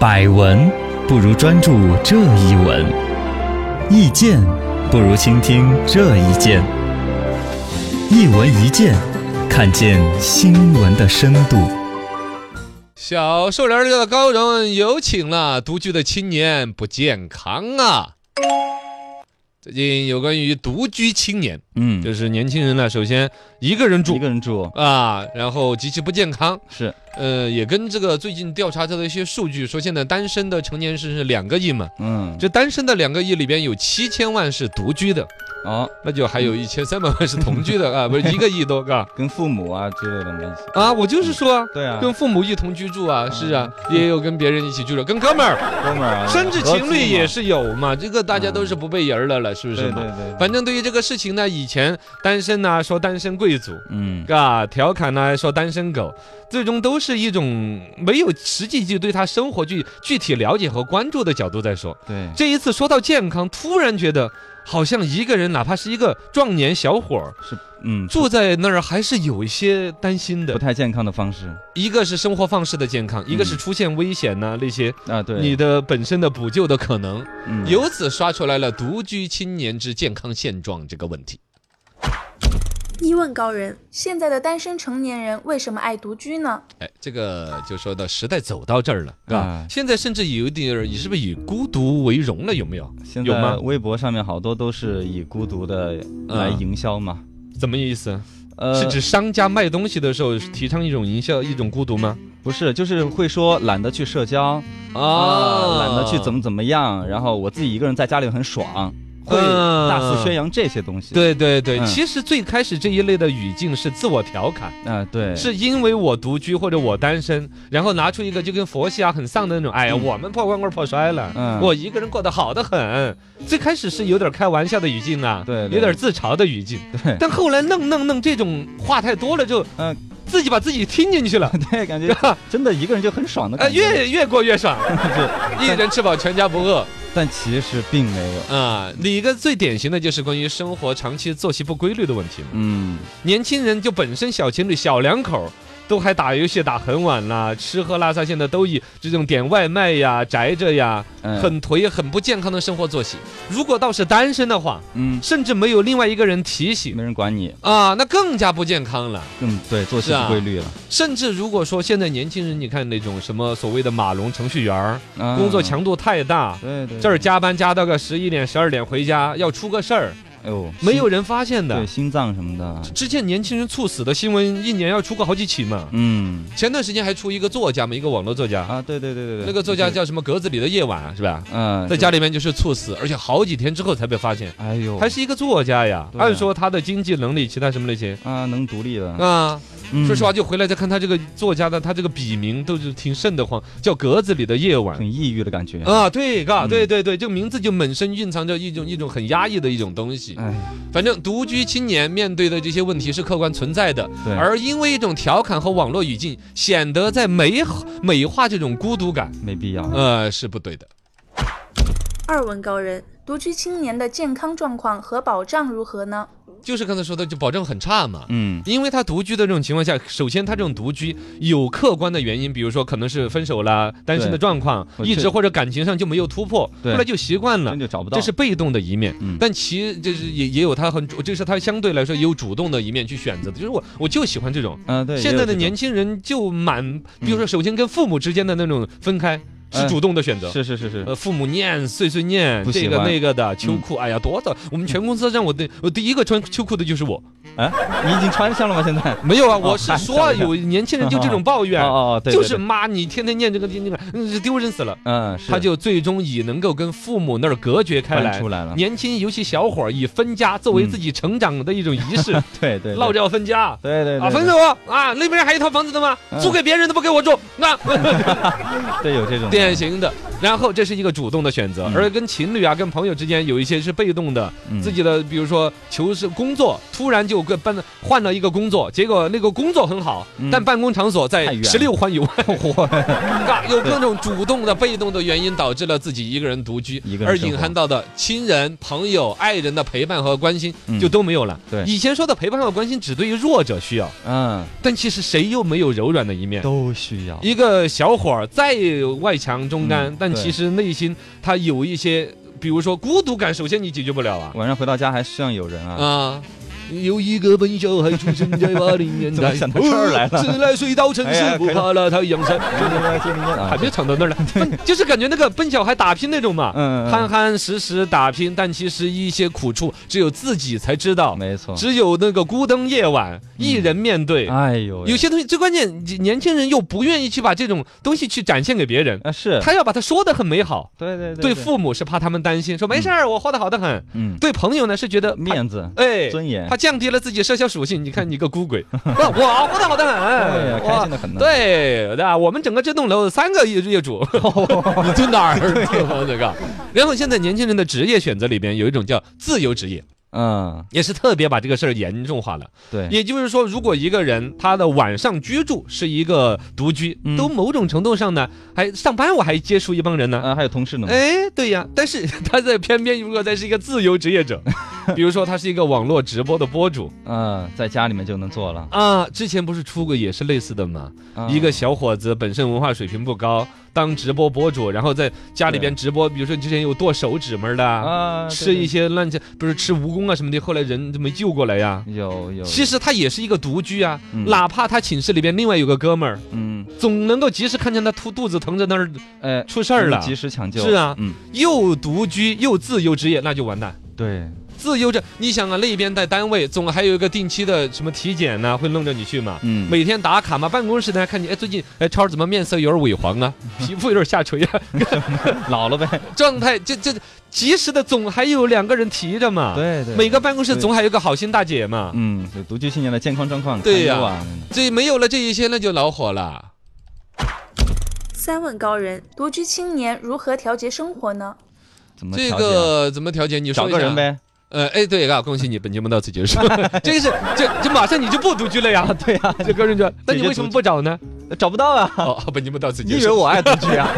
百闻不如专注这一闻，意见不如倾听这一见。一闻一见，看见新闻的深度。小树林儿的高人有请了，独居的青年不健康啊！最近有关于独居青年，嗯，就是年轻人呢，首先一个人一住个人住啊，然后极其不健康。是呃，也跟这个最近调查到的一些数据说，现在单身的成年是两个亿嘛，嗯这单身的两个亿里边有七千万是独居的，哦，那就还有一千三百万是同居 的啊，不是一个亿多个跟父母啊之类的关系。啊！我就是说啊，对啊，跟父母一同居住啊，是啊，也有跟别人一起居住，跟哥们儿。哥们儿啊甚至情侣也是是有嘛，这个大家都是不背人儿了了，是不嗯是对啊对嘛？对，反正对于这个事情呢，以前单身呐、说单身贵族，嗯啊，调侃呐、说单身狗，最终都是一种没有实际去对他生活具具体了解和关注的角度在说。对，这一次说到健康，突然觉得好像一个人，哪怕是一个壮年小伙儿嗯住在那儿，还是有一些担心不的。太健康的方式一个是生活方式的健康，一个是嗯出现危险呐、那些啊，对，你的本身的补救的可能。嗯由此刷出来了独居青年之健康现状这个问题。一问高人，现在的单身成年人为什么爱独居呢？哎，这个就说到时代走到这儿了，是吧啊？现在甚至有一点儿，你是不是以孤独为荣了？有没有？现有在吗微博上面好多都是以孤独的来营销嘛，啊怎么意思？呃，是指商家卖东西的时候提倡一种营销、一种孤独吗？不是，就是会说懒得去社交啊，懒得去怎么？么怎么样，然后我自己一个人在家里很爽，会嗯大肆宣扬这些东西。对对对，嗯其实最开始这一类的语境是自我调侃，啊，对，是因为我独居或者我单身，然后拿出一个就跟佛系啊很丧的那种，哎呀，嗯我们破罐罐破摔了，嗯我一个人过得好的很。最开始是有点开玩笑的语境啊，对对有点自嘲的语境，对，但后来弄弄弄这种话太多了，就嗯自己把自己听进去了。 对，感觉真的一个人就很爽的哎，感觉。越越过越爽， 一人吃饱全家不饿但其实并没有，啊！你一个最典型的就是关于生活长期作息不规律的问题嘛。嗯，年轻人就本身小情侣小两口儿都还打游戏打很晚啦，吃喝拉撒现在都以这种点外卖呀、宅着呀，嗯很颓、很不健康的生活作息。如果倒是单身的话，嗯，甚至没有另外一个人提醒没人管你，啊，那更加不健康了。嗯，对，作息是啊不规律了，甚至如果说现在年轻人，你看那种什么所谓的马龙程序员儿，啊工作，强度太大。嗯对对，这儿，加班加到个十一点、十二点回家，要出个事儿，哎呦，没有心人发现的对。心脏什么的，之前年轻人猝死的新闻，一年要出个好几起嘛。嗯，前段时间还出一个作家嘛，一个网络作家，啊，对对对对对，那个作家，叫什么？格子里的夜晚是吧？嗯，在家里面就是猝死，而且好几天之后才被发现，哎呦，还是一个作家呀。对啊按说他的经济能力，其他什么那些啊，能独立了，啊，嗯说实话，就回来再看他这个作家的，他这个笔名都是挺瘆得慌，叫格子里的夜晚。很嗯抑郁的感觉，啊，对，嘎，嗯对对对，这个名字就本身蕴藏着一种一种很压抑的一种东西。哎，反正独居青年面对的这些问题是客观存在的，对，而因为一种调侃和网络语境，显得在美好美化这种孤独感，没必要，呃，是不对的。二问高人，独居青年的健康状况和保障如何呢？就是刚才说的，就保证很差嘛。嗯，因为他独居的这种情况下，首先他这种独居有客观的原因，比如说可能是分手啦、单身的状况，对一直或者感情上就没有突破，后对来就习惯了真，就找不到，这是被动的一面。嗯但其就是也也有他很主，这是他相对来说也有主动的一面去选择的，就是我我就喜欢这种。嗯，对，现在的年轻轻人就满，比如说首先跟父母之间的那种分开是嗯哎主动的选择，是是是是，呃，父母念碎碎念不，喜这个欢嗯那个的秋裤，哎呀，多的！我们全公司让我的我第一个穿秋裤的就是我，哎，你已经穿上了吗？现 在？没有啊，哦我是还说啊这样有年轻人就这种抱怨，哦哦，对，啊就对是，妈，你天天念这个念那个，嗯，丢人死了。对嗯，是他就最终以能够跟父母那儿隔绝开搬来出，来了，年轻尤其小伙儿以分家作为嗯自己成长的一种仪式，对嗯 对，对闹着要分家。对对对啊，分手啊！啊，那边还有一套房子的吗？嗯租给别人都不给我住， 那嗯对有这种典型的。然后这是一个主动的选择，嗯而跟情侣啊、跟朋友之间有一些是被动的，嗯自己的比如说求是工作，突然就跟搬换了一个工作，结果那个工作很好，嗯但办公场所太在远 十六环以外，火啊有各种主动的、被动的原因导致了自己一个人独居一个，人而生活隐含到的亲人、朋友、爱人的陪伴和关心嗯就都没有了。对以前说的陪伴和关心只对于弱者需要，嗯但其实谁又没有柔软的一面？都需要一个小伙儿再外强忠肝，嗯但对其实内心他有一些，比如说孤独感，首先你解决不了啊晚上回到家还像有人啊，啊。有一个笨小孩出生在八零年怎么代，想到这儿来了哎呃自来水到城哎呀市，不可以了怕了太阳山。 啊还没唱到那儿来，笨就是感觉那个笨小孩打拼那种嘛，嗯，憨憨实实打拼，但其实一些苦处只有自己才知道，没错，嗯只有那个孤灯夜晚一人面对。哎呦喂，有些东西最关键，你年轻人又不愿意去把这种东西去展现给别人，啊是，他要把它说的很美好。对对对父母是怕他们担心，说没事儿，我活得好得很。嗯对朋友呢是觉得怕，面子哎，尊严怕，降低了自己社交属性。你看你个孤鬼，哇我活得好得哎呀很，开哇心的很呢，对的，我们整个这栋楼三个业业主，你蹲哪儿？这个。然后现在年轻人的职业选择里边有一种叫自由职业，嗯也是特别把这个事儿严重化了。对，也就是说，如果一个人他的晚上居住是一个独居嗯，都某种程度上呢，还上班我还接触一帮人呢。啊还有同事呢嘛，哎，对呀，但是 他在偏偏如果他是一个自由职业 者，比如说他是一个网络直播的博主嗯在家里面就能做了，啊，之前不是出过也是类似的吗？啊一个小伙子本身文化水平不高，当直播博主，然后在家里边直播，比如说之前有剁手指门的啊，啊吃一些些乱七不是吃蜈蚣啊什么的，后来人就没救过来呀。有有，其实他也是一个独居啊，嗯哪怕他寝室里边另外有个哥们儿，嗯总能够及时看见他肚肚子疼在那儿哎出事儿了，及时抢救是啊嗯又独居又自由职业，那就完蛋。对自由这，你想啊，那边在单位总还有一个定期的什么体检呐、会弄着你去嘛。嗯每天打卡嘛，办公室呢看你，哎，最近哎，超儿怎么面色有点萎黄 啊，皮肤有点下垂啊， 老了呗，状态这这及时的总还有两个人提着嘛，对对每个办公室对总还有个好心大姐嘛，啊嗯有独居青年的健康状况对呀堪忧啊这没有了这一些那就恼火了。三问高人：独居青年如何调节生活呢？怎么这调节啊个怎么调节？你说找一个下人。呗，呃，哎，对啊，恭喜你，本节目到此结束。 这个是这这马上你就不独居了呀？对啊呀， 这个人就，那你为什么不找呢？找不到啊， 哦，本节目到此你结以为束。我爱独居啊？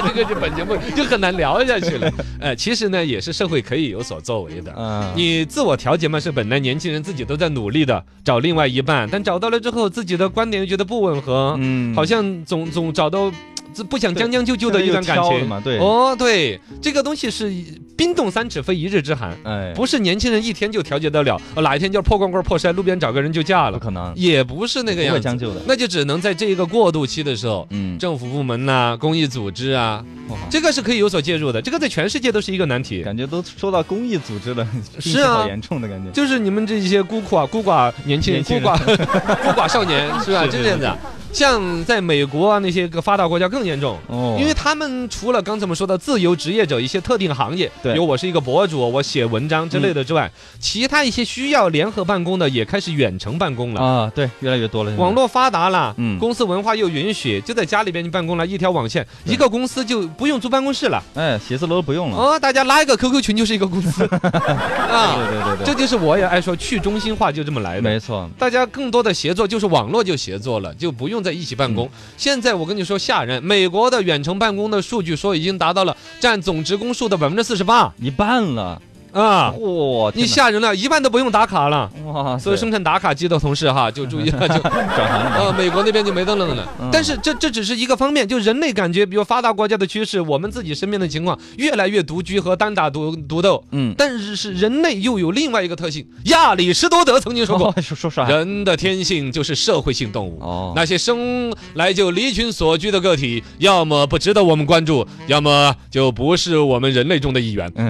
这个就本节目就很难聊下去了。呃，其实呢，也是社会可以有所作为的。 嗯你自我调节嘛，是本来年轻人自己都在努力的找另外一半，但找到了之后，自己的观点又觉得不吻合，嗯好像总总找到这不想将将就就的一段感挑了情。嘛，对，哦，对，这个东西是冰冻三尺非一日之寒，哎不是年轻人一天就调节得了，呃哪一天就破罐罐破摔，路边找个人就嫁不了，可能，也不是那个不样会子将，就的，那就只能在这个过渡期的时候。嗯，政府部门呐、公益组织啊，哇这个是可以有所介入的。这个在全世界都是一个难题。感觉都说到公益组织了， 病是情啊好严重的感觉。就是你们这些孤苦啊、孤寡年轻人、年轻孤人寡 孤寡少年，是吧？是就这样子啊。像在美国啊那些个发达国家更严重。哦因为他们除了刚才我们说的自由职业者一些特定行业，对嗯比如我是一个博主，我写文章之类的之外，其他一些需要联合办公的也开始远程办公了。啊，对，越来越多了。现在网络发达了，嗯公司文化又允许，就在家里边去办公了，一条网线，对一个公司就不用租办公室了。哎，写字楼不用了。哦，大家拉一个 QQ 群就是一个公 司啊，对对对这对，就是我也爱说去中心化，就这么来的。没错。大家更多的协作就是网络就协作了，就不用在一起办嗯公。现在我跟你说吓人，美国的远程办公的数据说已经达到了占总职工数的百分之四十八一半了，啊！哇！你哦天吓人了，一半都不用打卡了。哪哇塞，所以生产打卡机的同事 哈，就注意了，就 转行了，呃，美国那边就没得弄了嗯。但是这这只是一个方面，就人类感觉，比如发达国家的趋势，我们自己身边的情况越来越独居和单打独独斗。嗯，但是是人类又有另外一个特性，亚里士多德曾经说过，哦 说说啥？人的天性就是社会性动物。哦，那些生来就离群所居的个体，要么不值得我们关注，要么就不是我们人类中的一员。嗯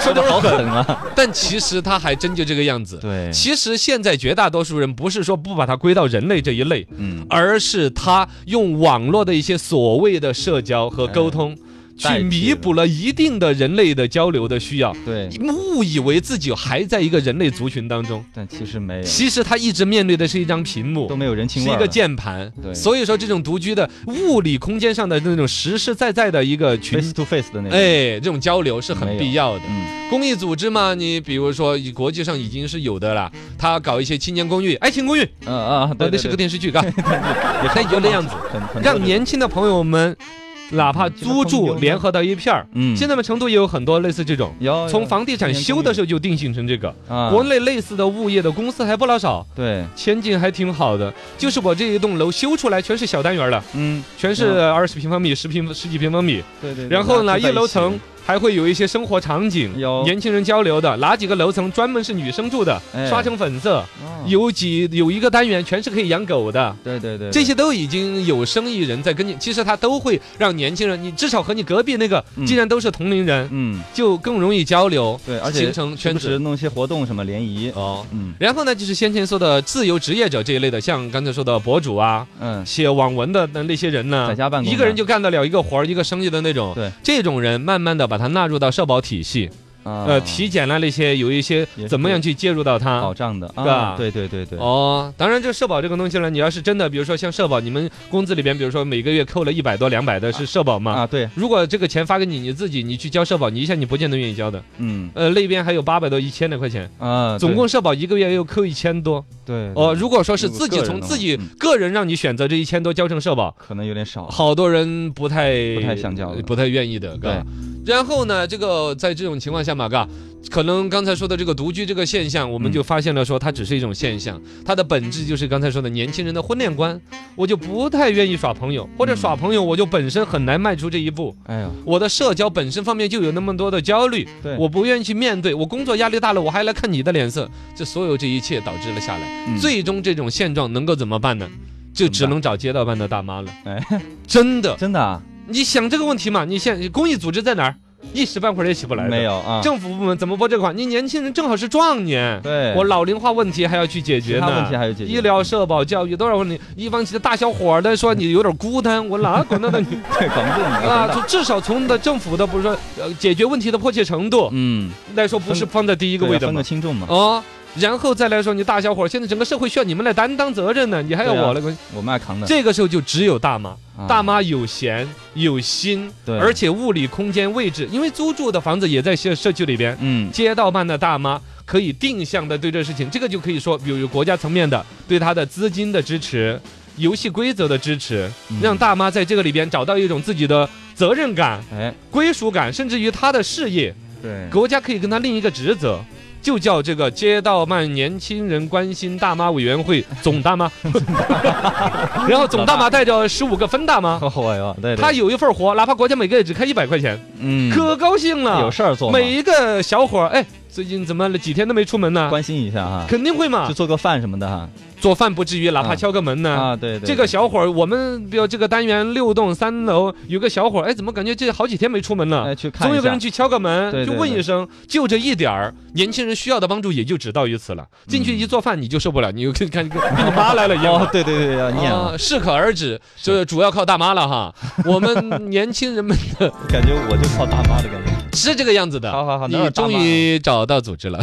说的好狠啊！ 但其实他还真就这个样子。对，其实现在绝大多数人不是说不把它归到人类这一类，嗯，而是他用网络的一些所谓的社交和沟通，代去替弥补了一定的人类的交流的需要。对，误以为自己还在一个人类族群当中，但其实没有，其实他一直面对的是一张屏幕都。没有人是情味一儿啊个了。键盘，对所以说这种独居的物理空间上的那种实实在在的一个群， face to face 的那种。，哎，这种交流是很必要的。嗯，公益组织嘛，你比如说以国际上已经是有的了，他搞一些青年公寓、爱情公寓，嗯啊，对，那是个电视剧，嘎，那那就那样子，很很多让这种年轻的朋友们哪怕租住联合到一片儿。嗯，现在嘛，成都也有很多类似这种，有从房地产修的时候就定性成这个。啊，国内类似的物业的公司还不老少，对，前景还挺好的。就是我这一栋楼修出来全是小单元了，嗯，全是二十平方米、十平十几平方米。对对。对然后呢，大家一住在楼起层还会有一些生活场景有，年轻人交流的。哪几个楼层专门是女生住的，哎刷成粉色。哦有几有一个单元全是可以养狗的。对对对，对这些都已经有生意人在跟你，其实他都会让年轻人，你至少和你隔壁那个，嗯既然都是同龄人，嗯，就更容易交流，对，而且形成时圈不子时弄一些活动什么联谊，哦。嗯然后呢，就是先前说的自由职业者这一类的，像刚才说的博主啊，嗯，写网文的那那些人呢在，家办公一个人就干得了一个活儿、一个生意的那种。对，这种人慢慢的把他纳入到社保体系，呃呃，体检啦那些有一些也是怎么样去介入到他，保障的是吧啊，对对对对，哦，当然，这社保这个东西呢，你要是真的，比如说像社保，你们工资里边，比如说每个月扣了一百多、两百的是社保嘛？啊对，如果这个钱发给你，你自己你去交社保，你一下你不见得愿意交的。嗯呃，那边还有八百多、一千来块钱，啊，总对共社保一个月又扣一千多。对哦、对如果说是如果自己个人从的自话己嗯个人让你选择这一千多交成社保，可能有点少，好多人不太不太想交了不太愿意的，对嘎。然后呢，这个在这种情况下嘛，嘎，可能刚才说的这个独居这个现象，我们嗯就发现了说它只是一种现象，它的本质就是刚才说的年轻人的婚恋观，我就不太愿意耍朋友，或者嗯耍朋友我就本身很难迈出这一步，哎呀，我的社交本身方面就有那么多的焦虑，对，我不愿意去面对，我工作压力大了，我还来看你的脸色，这所有这一切导致了下来。嗯最终这种现状能够怎么办呢？就只能找街道办的大妈了。哎，真的，真的啊你想这个问题嘛？你现公益组织在哪儿？一时半会儿也起不来的。没，有啊，政府部门怎么拨这款？你年轻人正好是壮年，对，我老龄化问题还要去解决其他呢。问题还有解决医疗、社保、教育都要问你，一帮其他大小伙儿的说你有点孤单，我哪管得到 你对，搞不定啊？啊，就至少从的政府的不是说呃解决问题的迫切程度嗯，来说，不是分放在第一一个位的分吗个？轻重嘛，哦，然后再来说你大小伙儿，现在整个社会需要你们来担当责任呢，你还要对啊我来关心。我们爱扛的，这个时候就只有大妈，啊大妈有闲有心，对，而且物理空间位置，因为租住的房子也在社社区里边，嗯，街道办的大妈可以定向的对这事情，这个就可以说，比如国家层面的对他的资金的支持。游戏规则的支持，嗯让大妈在这个里边找到一种自己的责任感、哎，归属感，甚至于她的事业，对，国家可以跟他另一个职责，就叫这个街道办年轻人关心大妈委员会总大 妈，然后总大妈带着十五个分大妈，哎呦，对，对他有一份活，哪怕国家每个月只开一百块钱，嗯，可高兴有了。事儿做嘛，每一个小伙儿，哎，最近怎么几天都没出门呢？关心一下哈，肯定会嘛就，做个饭什么的哈，做饭不至于，哪怕啊敲个门呢。啊，对对，这个小伙儿，我们比如这个单元六栋三楼有个小伙儿，哎，怎么感觉这好几天没出门了？哎去总看有一个下人，去敲个门，对对就问对一声，就这一点儿，年轻人需要的帮助也就只嗯到于此了。进去一做饭你就受不了，你 又跟看跟 跟你妈来了一哦样。，对对对，要念了，啊，适可而止，这主要靠大妈了哈。我们年轻人们 的感觉我就靠大妈的感觉。是这个样子的。好好好哪你有大妈终于找到组织了。